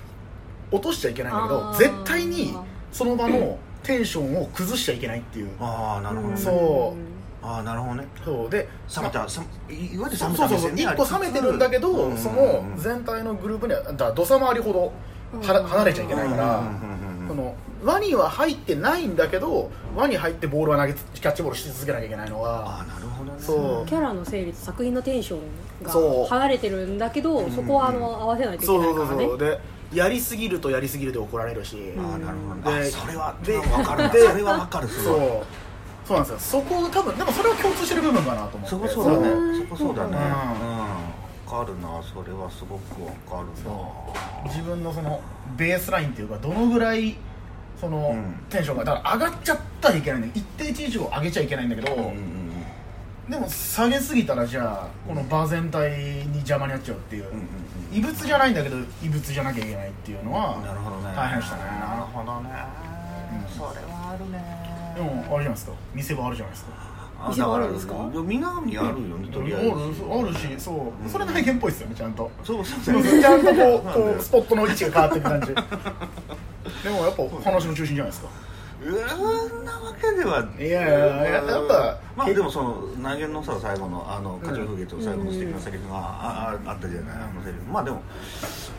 Speaker 2: 落としちゃいけないんだけ
Speaker 1: あ
Speaker 2: ど
Speaker 1: ー
Speaker 2: 絶対にその場のテンションを崩しちゃいけないっていう
Speaker 3: ああなるほどね
Speaker 2: そう
Speaker 1: うん
Speaker 3: ああなるほどね
Speaker 2: そうで
Speaker 3: 冷めたさいいわゆる冷め
Speaker 2: そ
Speaker 3: た
Speaker 2: うそうそう
Speaker 3: 一
Speaker 2: 1個冷めてるんだけど、その全体のグループにはだから土佐回りほどはら
Speaker 1: うん
Speaker 2: 離れちゃいけないから、
Speaker 3: ら
Speaker 2: その輪には入ってないんだけど輪に入ってボールは投げつキャッチボールし続けなきゃいけないのが
Speaker 3: ああなるほどね
Speaker 2: そう
Speaker 1: キャラの成立作品のテンション
Speaker 2: そう
Speaker 1: が離れてるんだけどそこはあの合わせないとい
Speaker 2: そう
Speaker 1: けな
Speaker 2: そ
Speaker 1: いうか
Speaker 2: そ
Speaker 1: ら
Speaker 2: う
Speaker 1: ね
Speaker 2: そうでやりすぎるとやりすぎるで怒られるし、
Speaker 3: ああなるほどね
Speaker 2: で
Speaker 3: あそれは
Speaker 2: で
Speaker 3: 分かるな
Speaker 2: で
Speaker 3: それは分かるす
Speaker 2: そう
Speaker 3: ごい
Speaker 2: そうなんですよそこ多分でもそれは共通してる部分かなと思って
Speaker 3: そこそうだ
Speaker 2: の
Speaker 3: ねそこそうだね
Speaker 2: う
Speaker 3: うん分かるなそれはすごく分かるな
Speaker 2: 自分のそのベースラインっていうかどのぐらいその、
Speaker 3: うん
Speaker 2: テンションがだから上がっちゃったらいけないんだ一定値以上上げちゃいけないんだけど、
Speaker 3: うんうんうん
Speaker 2: でも下げすぎたらじゃあこの場全体に邪魔になっちゃうっていう、
Speaker 3: うんうん
Speaker 2: 異物じゃないんだけど異物じゃなきゃいけないっていうのは
Speaker 3: なるほどね
Speaker 2: 大変でしたね
Speaker 3: なるほどね
Speaker 2: うん
Speaker 3: それはあるね
Speaker 2: でもあれじゃないですか見せ場あるじゃないですか
Speaker 3: あ
Speaker 1: 店
Speaker 3: だ
Speaker 1: は
Speaker 3: か
Speaker 1: ある
Speaker 3: ら
Speaker 1: んですか
Speaker 3: 南にあるよねとりあえず
Speaker 2: あるあるしそう、それ内見っぽいですよねちゃんと
Speaker 3: そうそう
Speaker 2: ち
Speaker 3: そう
Speaker 2: ゃんとこう
Speaker 3: なんだよ
Speaker 2: こうスポットの位置が変わっていく感 [LAUGHS] じでもやっぱ話の中心じゃないですか
Speaker 3: そんなわけではい
Speaker 2: やいやいややっぱ
Speaker 3: まあでもその内言のさ最後のあの課長風景と最後の素敵なセリフがあああったじゃないあのセリフまあでも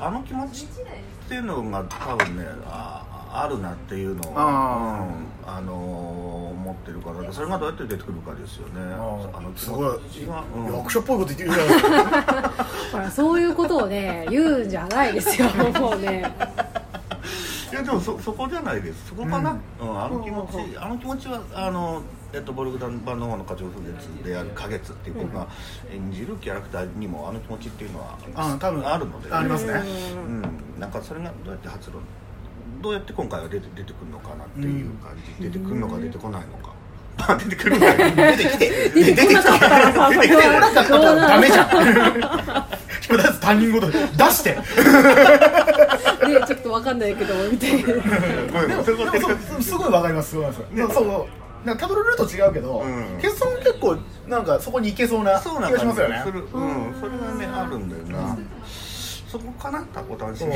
Speaker 3: あの気持ちっていうのが多分ねああるなっていうのを
Speaker 2: あ
Speaker 3: うんあの思ってるからそれがどうやって出てくるかですよね
Speaker 2: ー
Speaker 3: あの
Speaker 2: すごい
Speaker 3: 気持ちがうん
Speaker 2: 役所っぽいこと言ってるじゃないです [LAUGHS] か
Speaker 1: ほらそういうことをね言うんじゃないです
Speaker 2: [LAUGHS]
Speaker 1: よもうね
Speaker 3: いやでもそそこじゃないですそこかな、うんあの気持ち、あの気持ちはあのえっとボルグダン版の方の課長風月である花月っていう僕が演じるキャラクターにもあの気持ちっていうのは
Speaker 2: あ多分
Speaker 3: あるので
Speaker 2: ありますね
Speaker 3: うんなんかそれがどうやって発露どうやって今回は出て出てくるのかなっていう感じ、出てくるのか出てこないのか、ま [LAUGHS] あ出てくるのか出てきて
Speaker 1: 出てこなかったからさそこはどうな
Speaker 2: [LAUGHS] ダメじゃんとりあえず他人事で出して
Speaker 1: ねちょっとわかんないけどみたいな
Speaker 3: ごめん
Speaker 2: で
Speaker 3: [LAUGHS]
Speaker 2: も
Speaker 3: そ
Speaker 2: で
Speaker 3: こ
Speaker 2: も
Speaker 3: 出てくる
Speaker 2: そうすごいわかりますすごいわかります、そうそうなんかタブルルート違うけど、
Speaker 3: うん
Speaker 2: 結論結構なんかそこに行けそうな気
Speaker 3: そうな
Speaker 2: がし
Speaker 3: 感
Speaker 2: ます
Speaker 3: じ
Speaker 2: よ
Speaker 3: が
Speaker 2: ね
Speaker 3: する、うん、それがねあるんだよな。そこかなタコ楽しみ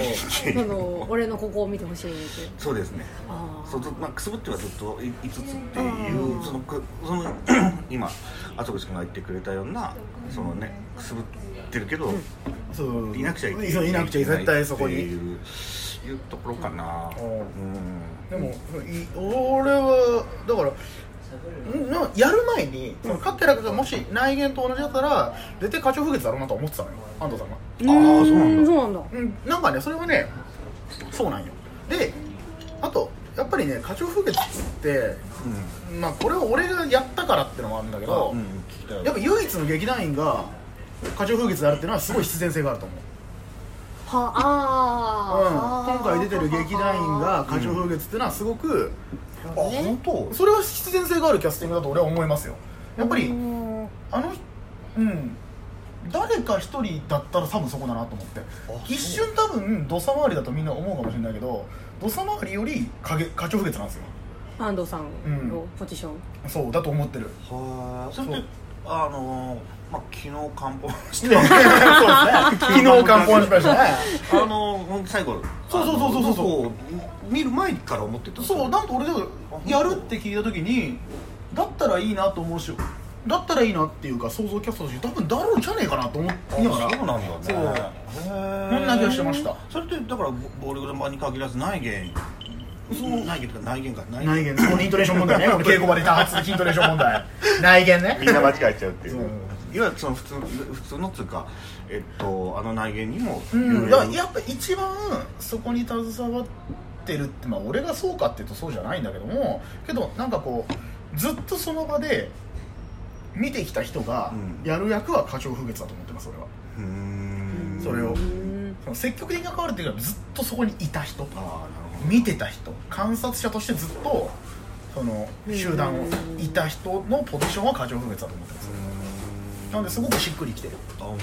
Speaker 2: そ
Speaker 1: その俺のここを見てほしいって
Speaker 3: [LAUGHS]
Speaker 2: [LAUGHS]
Speaker 3: そうですね。
Speaker 1: あ
Speaker 3: そうずまあ、くすぶってはずっとい5つってい
Speaker 1: うん
Speaker 3: うそのくその [CLEARS THROAT] 今あそこしかが言ってくれたようなそのねくすぶってるけど、
Speaker 2: そう
Speaker 3: いなくちゃいけない
Speaker 2: そういなくちゃいけない絶対そこ
Speaker 3: ってい
Speaker 2: に
Speaker 3: ういうところかな
Speaker 2: う
Speaker 3: うんん、
Speaker 2: でもい俺はだからんなやる前にその各キャラがもし内言と同じだったら絶対課長風月だろうなと思ってたのよ安藤さんが
Speaker 3: ああそうなんだ
Speaker 1: そうなんだ
Speaker 2: うんなんかねそれはねそうなんよであとやっぱりね課長風月ってまあこれは俺がやったからってのもあるんだけど、
Speaker 3: うん聞きたい
Speaker 2: やっぱ唯一の劇団員が課長風月であるっていうのはすごい必然性があると思う
Speaker 1: は
Speaker 2: うん
Speaker 1: ああ
Speaker 2: 今回出てる劇団員が花鳥風月っていうのはすごく、
Speaker 3: あ本当
Speaker 2: それは必然性があるキャスティングだと俺は思いますよやっぱりあのうん誰か一人だったら多分そこだなと思って
Speaker 3: そう
Speaker 2: 一瞬多分土佐回りだとみんな思うかもしれないけど土佐回りより花花鳥風月なんですよ
Speaker 1: 安藤さんのポジション、
Speaker 2: そうだと思ってる
Speaker 3: はあそれっ
Speaker 2: そ
Speaker 3: て
Speaker 2: う
Speaker 3: あのーまあ昨日
Speaker 2: [LAUGHS]
Speaker 3: 漢方
Speaker 2: そうですね [LAUGHS] 昨日観光しましたね
Speaker 3: あの最後
Speaker 2: そうそうそうそうそうそう
Speaker 3: う見る前から思ってた
Speaker 2: そうなんか俺がやるって聞いた時にだったらいいなと思うしだったらいいなっていうか想像キャストとして多分だろうじゃねえかなと思ってなが
Speaker 3: あ
Speaker 2: ら
Speaker 3: そうなんだね
Speaker 2: そう
Speaker 3: へえ
Speaker 2: そんな気がしてました
Speaker 3: それってだからボボールグラマーに限らず内言内言とか内言か内
Speaker 2: 内言そのイントネーション問題ね [LAUGHS] 俺稽古場で多発的イントネーション問題内言ね
Speaker 3: みんな間違えちゃうっていう
Speaker 2: そう
Speaker 3: いわゆるその普通普通のつうかえっとあの内言にも
Speaker 2: うんだからやっぱ一番そこに携わってるってまあ俺がそうかっていうとそうじゃないんだけどもけどなんかこうずっとその場で見てきた人が
Speaker 3: うん
Speaker 2: やる役は花鳥風月だと思ってます俺は
Speaker 3: うーん
Speaker 2: それを
Speaker 1: うん
Speaker 2: その積極的に関わるっていうよりはずっとそこにいた人
Speaker 3: ああなるほど
Speaker 2: 見てた人観察者としてずっとその集団をいた人のポジションは過剰風月だと思ってますなのですごくしっくりきてる
Speaker 3: あ本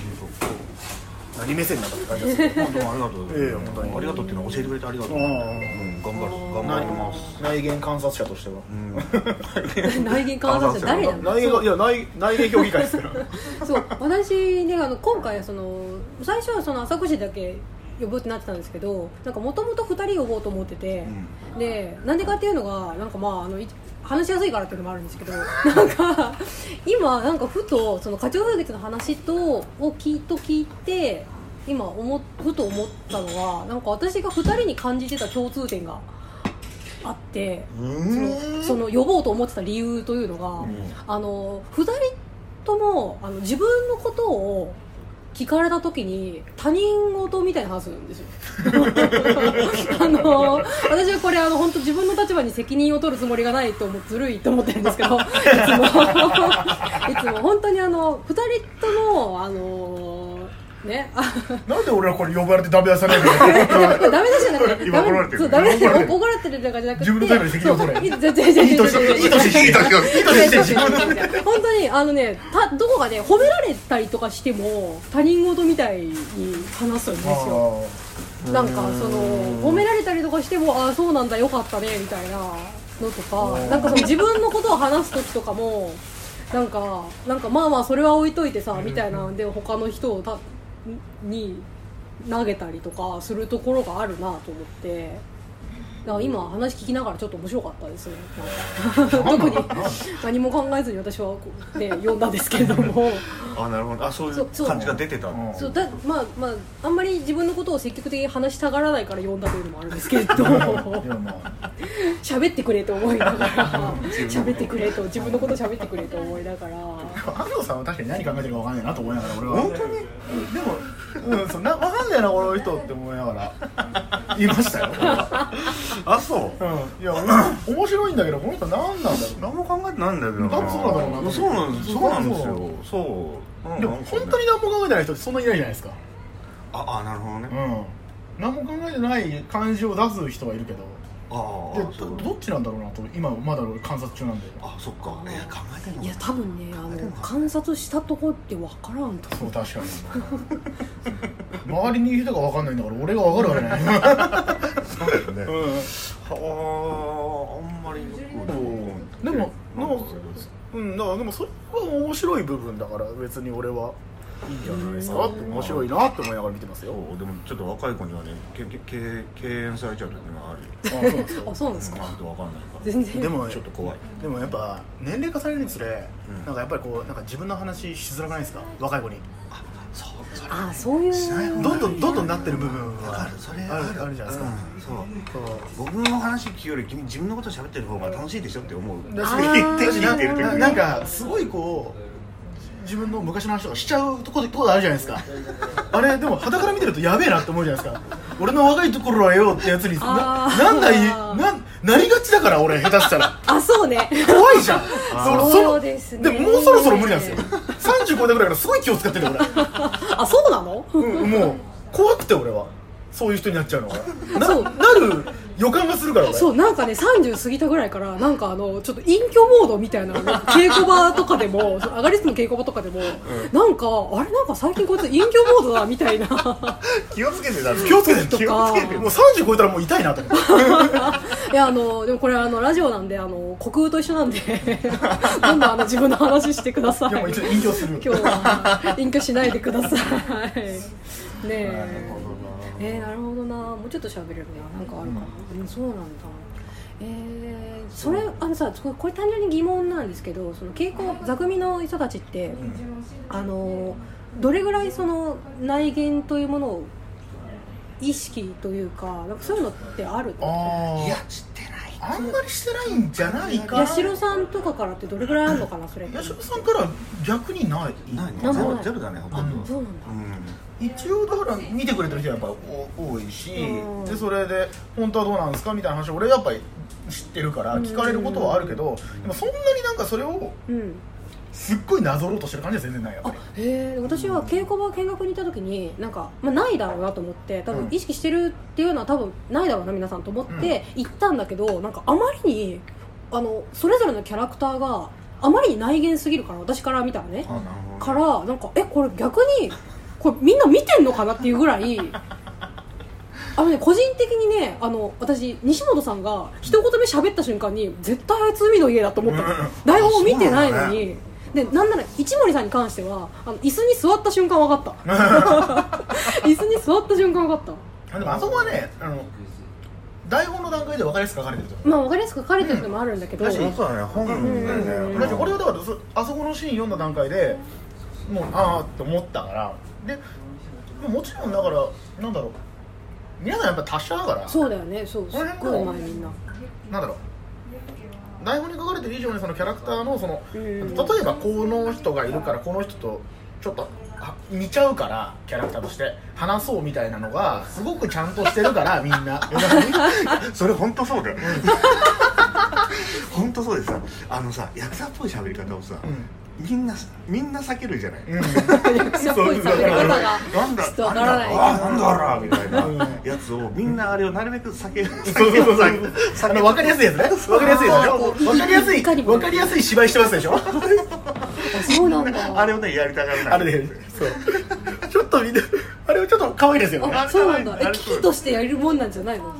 Speaker 2: 何目線なんだって感じです
Speaker 3: 当。本当ありがとう
Speaker 2: いやいや本当に
Speaker 3: ありがとうっていうのは教えてくれてありがとう、
Speaker 2: う
Speaker 3: うんん、頑張る頑張ります
Speaker 2: 内言観察者としては
Speaker 3: う
Speaker 1: [LAUGHS]
Speaker 3: ん
Speaker 1: 内見顔出し誰なの
Speaker 2: 内言がいや内内言評議会ですから
Speaker 1: そう私ねあの今回その最初はその浅口だけ呼ぶってなってたんですけどなんかもともと2人呼ぼうと思ってて、
Speaker 3: ん
Speaker 1: でなんでかっていうのがなんかまああのい話しやすいからっていうのもあるんですけど [LAUGHS] なんか今なんかふとその課長風月の話とを聞いと聞いて今思っふと思ったのがなんか私が2人に感じてた共通点があってそのその呼ぼうと思ってた理由というのが、あの2人ともあの自分のことを聞かれた時に他人事みたいな話するんですよあの私はこれあの本当自分の立場に責任を取るつもりがないと思うずるいと思ってるんですけどいつもいつも本当にあの2人ともあのねあ
Speaker 2: [LAUGHS] なんで俺らこれ呼ばれてダメ出されるの
Speaker 1: いやこれダメ出しじゃなくて
Speaker 2: 今怒られてる
Speaker 1: そうダメ出し
Speaker 2: 今怒られてる
Speaker 1: 怒られてるとかじゃなくて
Speaker 2: 自分のために責任を取れ
Speaker 1: そういや違う違う違う違う
Speaker 2: いい年していい年していい年していい年して自分の
Speaker 1: 本当にあのねたどこかね褒められたりとかしても他人事みたいに話すんですよなんかその褒められたりとかしてもああそうなんだよかったねみたいなのとかなんかその自分のことを話す時とかもなんかなんかまあまあそれは置いといてさみたいなんで他の人をたに投げたりとかするところがあるなと思って。だから今話聞きながらちょっと面白かったですねなんか特に何も考えずに私はこう、ね、読んだんですけれども
Speaker 3: あなるほどあそうい
Speaker 1: そううそう
Speaker 3: 感じが出てたの
Speaker 1: そうだまあまああんまり自分のことを積極的に話したがらないから読んだというのもあるんですけれど
Speaker 2: [LAUGHS] いやまあ
Speaker 1: 喋ってくれと思いながら喋ってくれと自分のこと喋ってくれと思いながら
Speaker 2: 安藤さんは確かに何考えてるか分かんないなと思いながら俺は
Speaker 3: 本当に
Speaker 2: うんでも、うん、そんな分かんないなこの人って思いながら言いましたよ、
Speaker 3: あそう
Speaker 2: うん、いやお面白いんだけどこの人何なんだろう
Speaker 3: 何も考えてないんだけどな
Speaker 2: 多分そうだろうな
Speaker 3: そうなんですそうなんですよそううん
Speaker 2: でも
Speaker 3: なんかね
Speaker 2: 本当に何も考えてない人ってそんなにいないじゃないですか
Speaker 3: ああなるほど
Speaker 2: う
Speaker 3: ね
Speaker 2: ん何も考えてない感じを出す人はいるけど
Speaker 3: あ
Speaker 2: で
Speaker 3: あそう
Speaker 2: どどっちなんだろうなと今まだ俺観察中なんで
Speaker 3: あそっかえ考えてんの [LAUGHS]
Speaker 1: いや多分ねあ
Speaker 3: あで
Speaker 1: の
Speaker 3: も
Speaker 1: 観察したとこって分からんと
Speaker 2: そう確かに [LAUGHS] 周りにいる人が分かんないんだから俺が分かるわけない
Speaker 3: そうだよね
Speaker 2: うん
Speaker 3: はああんまりよく
Speaker 5: でもで
Speaker 3: なんか
Speaker 5: もうんだからでもそれは面白い部分だから別に俺はいいんじゃないですかって面白いなって思いながら見てます
Speaker 3: そ
Speaker 5: よ
Speaker 3: うでもちょっと若い子にはねけけけ敬遠されちゃう時もあるよ
Speaker 2: あそうなんですか
Speaker 1: あそうなんです
Speaker 3: [LAUGHS] ち
Speaker 1: か
Speaker 3: ょっとわかんないから
Speaker 1: 全然
Speaker 5: でも
Speaker 3: ちょっと怖い
Speaker 5: でもやっぱ年齢化されるにつれ、
Speaker 3: うん
Speaker 5: なんかやっぱりこうなんか自分の話しづらくないですか若い子に
Speaker 3: そうそれ
Speaker 1: あそういう
Speaker 5: どんどんどんどんなってる部分
Speaker 3: わ
Speaker 5: は
Speaker 3: かるそれ
Speaker 5: あるあるじゃないですか、
Speaker 3: うんそう
Speaker 5: そう
Speaker 3: 僕の話聞くより君自分のこと喋ってる方が楽しいでしょって思う
Speaker 2: だし
Speaker 1: あー
Speaker 3: 適
Speaker 2: な
Speaker 3: 宜言ってる時
Speaker 2: な
Speaker 3: に
Speaker 2: なんかすごいこう自分の昔の話とかしちゃうとこでとこあるじゃな
Speaker 3: [LAUGHS]
Speaker 2: いですかあれでも肌から見てるとやべえなって思うじゃないですか俺の若いところはよってやつにな
Speaker 1: あー
Speaker 2: なんだいなんなりがちだから俺下手し
Speaker 1: [LAUGHS]
Speaker 2: たら
Speaker 1: あそうね
Speaker 2: 怖いじゃん
Speaker 1: ー
Speaker 2: そ
Speaker 1: そう
Speaker 2: の
Speaker 1: ですね
Speaker 2: でももうそろそろ無理なんですよ35だぐらいからすごい気を使ってる
Speaker 1: [LAUGHS]
Speaker 2: 俺、
Speaker 1: あそうなの
Speaker 2: うん、もう怖くて俺はそういう人になっちゃうのが
Speaker 1: そう
Speaker 2: なる予感がするから俺
Speaker 1: そうなんかね30過ぎたぐらいからなんかあのちょっと隠居モードみたいなの稽古場とかでもそのアガリストの稽古場とかでも、なんかあれなんか最近こいつ隠居モードだみたいな
Speaker 3: 気をつけてだって
Speaker 2: 気をつけて
Speaker 1: とか
Speaker 2: もう30超えたらもう痛いなと思って
Speaker 1: いやあのでもこれあのラジオなんであの虚空と一緒
Speaker 2: [LAUGHS]
Speaker 1: なんでどんどんあの自分の話してください
Speaker 2: いやもう一応隠居する
Speaker 1: 今日は隠居しないでください [LAUGHS] ねええー、なるほどなもうちょっと喋れるななんかあるかな、うん、そうなんだえー、それあのさこれこれ単純に疑問なんですけどその傾向座組の人たちって、あのどれぐらいその内言というものを意識というかなんかそういうのってある
Speaker 2: あ
Speaker 3: い
Speaker 2: い
Speaker 3: や
Speaker 2: や
Speaker 3: 知ってない
Speaker 2: あんまりしてないんじゃないか
Speaker 1: 八代さんとかからってどれぐらいあるのかなそれって
Speaker 2: 八代さんからは逆にない
Speaker 3: ない
Speaker 1: な
Speaker 3: ね
Speaker 1: ん
Speaker 3: ゼ
Speaker 1: も
Speaker 3: ロ
Speaker 1: ない
Speaker 3: ゼロだねほとんど
Speaker 1: そうなんだ
Speaker 3: う
Speaker 2: 一応だから見てくれてる人はやっぱお多いし、
Speaker 1: うん
Speaker 2: でそれで本当はどうなんですかみたいな話を俺やっぱり知ってるから聞かれることはあるけど、でもそんなになんかそれを
Speaker 1: うん
Speaker 2: すっごいなぞろうとしてる感じは全然ないやっぱ
Speaker 1: あ
Speaker 2: り
Speaker 1: へえ私は稽古場見学に行った時になんか、まあ、ないだろうなと思って多分
Speaker 2: うん
Speaker 1: 意識してるっていうのは多分ないだろうな皆さんと思って行ったんだけど、なんかあまりにあのそれぞれのキャラクターがあまりに内言すぎるから私から見たらね
Speaker 3: んあなるほどね
Speaker 1: からなんかえこれ逆にこれみんな見てんのかなっていうぐらい。あのね、個人的にねあの私西本さんが一言目喋った瞬間に絶対あいつ海の家だと思ったの台本を見てないのに、でなんなら一森さんに関してはあの椅子に座った瞬間分かった椅子に座った瞬間分かっ
Speaker 2: でもあそこはねあの台本の段階で分かりやすく書かれてると思
Speaker 1: たまあ分かりやすく書かれてるのもあるんだけど、
Speaker 3: そうだね本文だよね
Speaker 1: うん
Speaker 2: うだって俺はだからそあそこのシーン読んだ段階でもうああって思ったからでもちろんだからなんだろう皆さんやっぱ達者だから
Speaker 1: そうだよねそうす
Speaker 2: こ
Speaker 1: っ
Speaker 2: の辺
Speaker 1: ごいう
Speaker 2: も
Speaker 1: まいみんな
Speaker 2: なんだろう台本に書かれてる以上にそのキャラクターのその、
Speaker 1: うん
Speaker 2: 例えばこの人がいるからこの人とちょっとあ似ちゃうからキャラクターとして話そうみたいなのがすごくちゃんとしてるからみ
Speaker 1: [LAUGHS]
Speaker 2: んな
Speaker 3: それ本当そうだよ [LAUGHS] 本当そうでさあのさ役者っぽい喋り方をさ、みんなみんな避けるじゃない、
Speaker 2: うん
Speaker 1: 役者っぽい喋り方が
Speaker 3: なんだ
Speaker 1: ちょっとわからない
Speaker 3: あなんだあらみたいなやつをみんなあれをなるべく避け避け避け
Speaker 2: あの分かりやすいやつね分かりやすいやつね分かりやす
Speaker 1: いかに
Speaker 2: い
Speaker 1: も
Speaker 2: 分かりやすい芝居してますでしょ
Speaker 1: あそうなんだ
Speaker 3: [LAUGHS] あれをねやりたがらない
Speaker 2: あれでそうちょっとみんなあれはちょっと可愛いですよね
Speaker 1: あそうなんだ
Speaker 3: あ
Speaker 1: え
Speaker 3: れ
Speaker 1: 危機としてやるもんなんじゃないの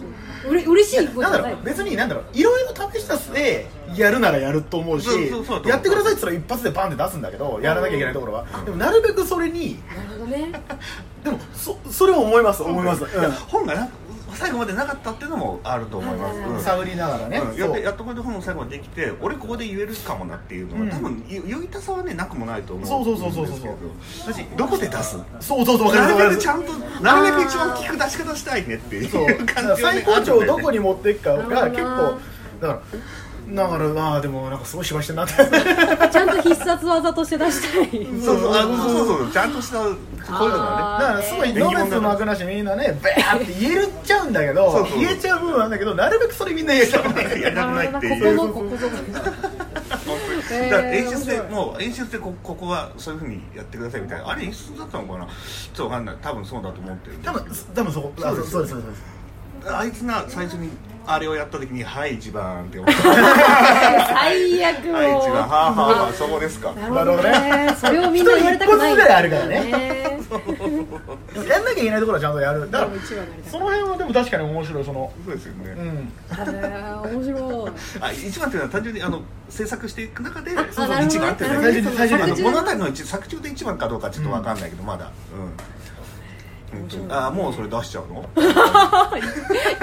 Speaker 1: うれ嬉しいこと
Speaker 2: なん
Speaker 1: じ
Speaker 2: だ
Speaker 1: ゃな
Speaker 2: ろ
Speaker 1: いう
Speaker 2: 別になんだろういろいろ試した末やるならやると思うし
Speaker 3: そうそうそう
Speaker 2: やってくださいって言ったら一発でバンって出すんだけどやらなきゃいけないところはでもなるべくそれに
Speaker 1: なるほどね
Speaker 2: でもそそれも思います思いま
Speaker 3: い
Speaker 2: す、
Speaker 3: や本がな最後までなかったっていうのもあると思います、
Speaker 1: うん
Speaker 2: うん探りながらね、
Speaker 3: うん、
Speaker 2: そ
Speaker 3: やっ
Speaker 2: う
Speaker 3: てやっとこれで本も最後までできて俺ここで言えるかもなっていうのは、
Speaker 2: うん
Speaker 3: 多分ゆゆいたさはねなくもないと思う
Speaker 2: そうそうそうそうそうそう
Speaker 3: だしどこで出す
Speaker 2: そうそうそう分か
Speaker 3: な
Speaker 2: り
Speaker 3: る
Speaker 2: ま
Speaker 3: べ
Speaker 2: す分
Speaker 3: くち
Speaker 2: か
Speaker 3: ゃんとなるべく一番聞く出し方したいねっていう
Speaker 2: りま
Speaker 3: 感
Speaker 2: す
Speaker 3: じ
Speaker 2: そう
Speaker 3: は
Speaker 2: 最
Speaker 3: ね
Speaker 2: 高潮をどこ
Speaker 3: に
Speaker 2: に持っていくか
Speaker 1: な
Speaker 2: が
Speaker 1: るほ
Speaker 2: 結
Speaker 1: どな
Speaker 2: 構だからだからまあでもなんかすごい芝居してるなって
Speaker 1: ちゃんと必殺技として出したい
Speaker 3: そうそうあそうそうそうちゃんとしたこういうのが
Speaker 1: あ
Speaker 3: ね
Speaker 2: だからすごいノベスの幕なしみんなねベーって言えるっちゃうんだけど
Speaker 3: そうそう
Speaker 2: 言えちゃう部分はあるんだけどなるべくそれみんな
Speaker 3: [LAUGHS]
Speaker 2: 言えちゃうんだよ
Speaker 3: やりたくない
Speaker 1: な
Speaker 3: って
Speaker 1: [LAUGHS] る
Speaker 3: いう
Speaker 1: ほどなここのここぞ
Speaker 3: だから演出でもう演出でこここはそういうふうにやってくださいみたいなあれ演出だったのかなちょっとわかんない多分そうだと思ってる
Speaker 2: 多分多分そこあそうそうですそうです
Speaker 3: あいつな最初にあれをやった時に「はい一番」って思っ
Speaker 1: [LAUGHS]
Speaker 3: た
Speaker 1: 最悪もう
Speaker 3: はい、一番、はあ、はあ、はあ、そこですか。
Speaker 1: なるほどねそれをみんな言われたくない
Speaker 2: 人一発ぐらいあるからね
Speaker 1: ね
Speaker 2: やんなきゃいけないところはちゃんとやるだから
Speaker 1: でも一番なりたい
Speaker 2: その辺はでも確かに面白いその
Speaker 3: そうですよ
Speaker 2: う
Speaker 3: ね。
Speaker 2: ん
Speaker 1: あー面白い
Speaker 3: あ、一番っていうのは単純に、あの、制作していく中で、
Speaker 1: あなるほど
Speaker 3: 一番っていうのは
Speaker 1: なる
Speaker 2: ほど
Speaker 3: 最初にあ
Speaker 2: 作中
Speaker 3: の物語の一作中で一番かどうかちょっとわかんないけど、まだ。うん。本当にあ、もうそれ出しちゃうの。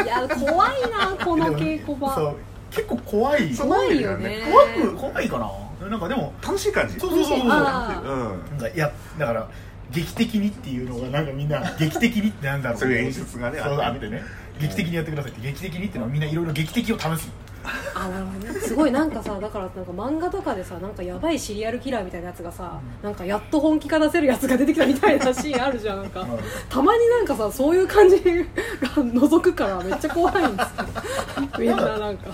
Speaker 1: いや怖いなこの稽古
Speaker 2: そ
Speaker 1: 場
Speaker 2: う結構怖い
Speaker 3: そう
Speaker 1: 怖いよね
Speaker 2: 怖く怖いかななんかでも
Speaker 3: 楽しい感じ。
Speaker 2: そうそうそうそうな
Speaker 1: あ
Speaker 3: うん。
Speaker 2: んかいやだから劇的にっていうのがなんかみ
Speaker 3: [LAUGHS]
Speaker 2: んな劇的にってなんだろう
Speaker 3: そういう演出がね
Speaker 2: そう
Speaker 3: あっ
Speaker 2: あってて
Speaker 3: ね
Speaker 2: ね劇的にやってくださいって劇的にってのはみんないろいろ劇的を試す
Speaker 1: あなるほどねすごいなんかさだからなんか漫画とかでさなんかやばいシリアルキラーみたいなやつがさなんかやっと本気が出せるやつが出てきたみたいなシーンあるじゃんなんかたまになんかさそういう感じが [LAUGHS] 覗くからめっちゃ怖いんです [LAUGHS] よみんななんか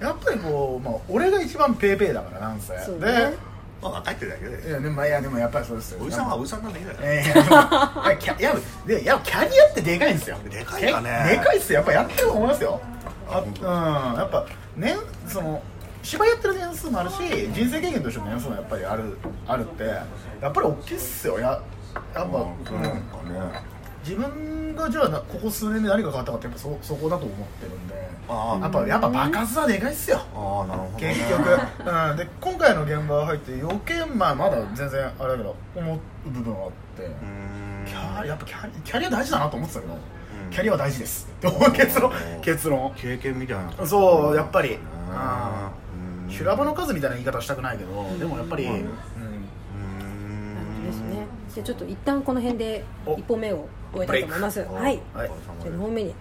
Speaker 2: やっぱりこう、まあ、俺が一番ペーペーだからなんせ
Speaker 1: そうね
Speaker 2: で
Speaker 3: まあ、若いってだけ
Speaker 2: い
Speaker 3: で。
Speaker 2: やでもまあいやでもやっぱりそうですよ
Speaker 3: おじさんはおじさんなんだけど。
Speaker 2: えー [LAUGHS] いやキャいやでいやキャリアってでかいんですよ
Speaker 3: でかいかね
Speaker 2: でかいっすよやっぱやってると思いますよあ
Speaker 3: 本
Speaker 2: うん
Speaker 3: 当
Speaker 2: やっぱ年その芝居やってる年数もあるし人生経験としての年数もやっぱりあるあるってやっぱり大きいっすよややっぱ、
Speaker 3: うんそうなんかね。
Speaker 2: 自分がじゃあなここ数年で何が変わったかってやっぱそそこだと思ってるんで
Speaker 3: あー
Speaker 2: やっぱやっぱ爆発はでかいっすよ
Speaker 3: ああ、なるほどね。
Speaker 2: 結局、うん、で今回の現場入って余計まあまだ全然あれだけど思う部分はあって、
Speaker 3: うーん。
Speaker 2: キャやっぱキャリキャリア大事だなと思ってたけど、
Speaker 3: ん
Speaker 2: キャリアは大事ですって思う結論
Speaker 3: うん
Speaker 2: 結論
Speaker 3: 経験みたいな。
Speaker 2: そうやっぱり
Speaker 3: うん
Speaker 2: あ
Speaker 3: うん
Speaker 2: 修羅場の数みたいな言い方したくないけどでもやっぱり、
Speaker 3: まあね
Speaker 2: うん
Speaker 3: うん
Speaker 1: なるほどですねじゃあちょっと一旦この辺で
Speaker 2: お
Speaker 1: 一本目を終えたいと思います
Speaker 3: お
Speaker 1: はい
Speaker 2: はい
Speaker 1: じゃあ2本目に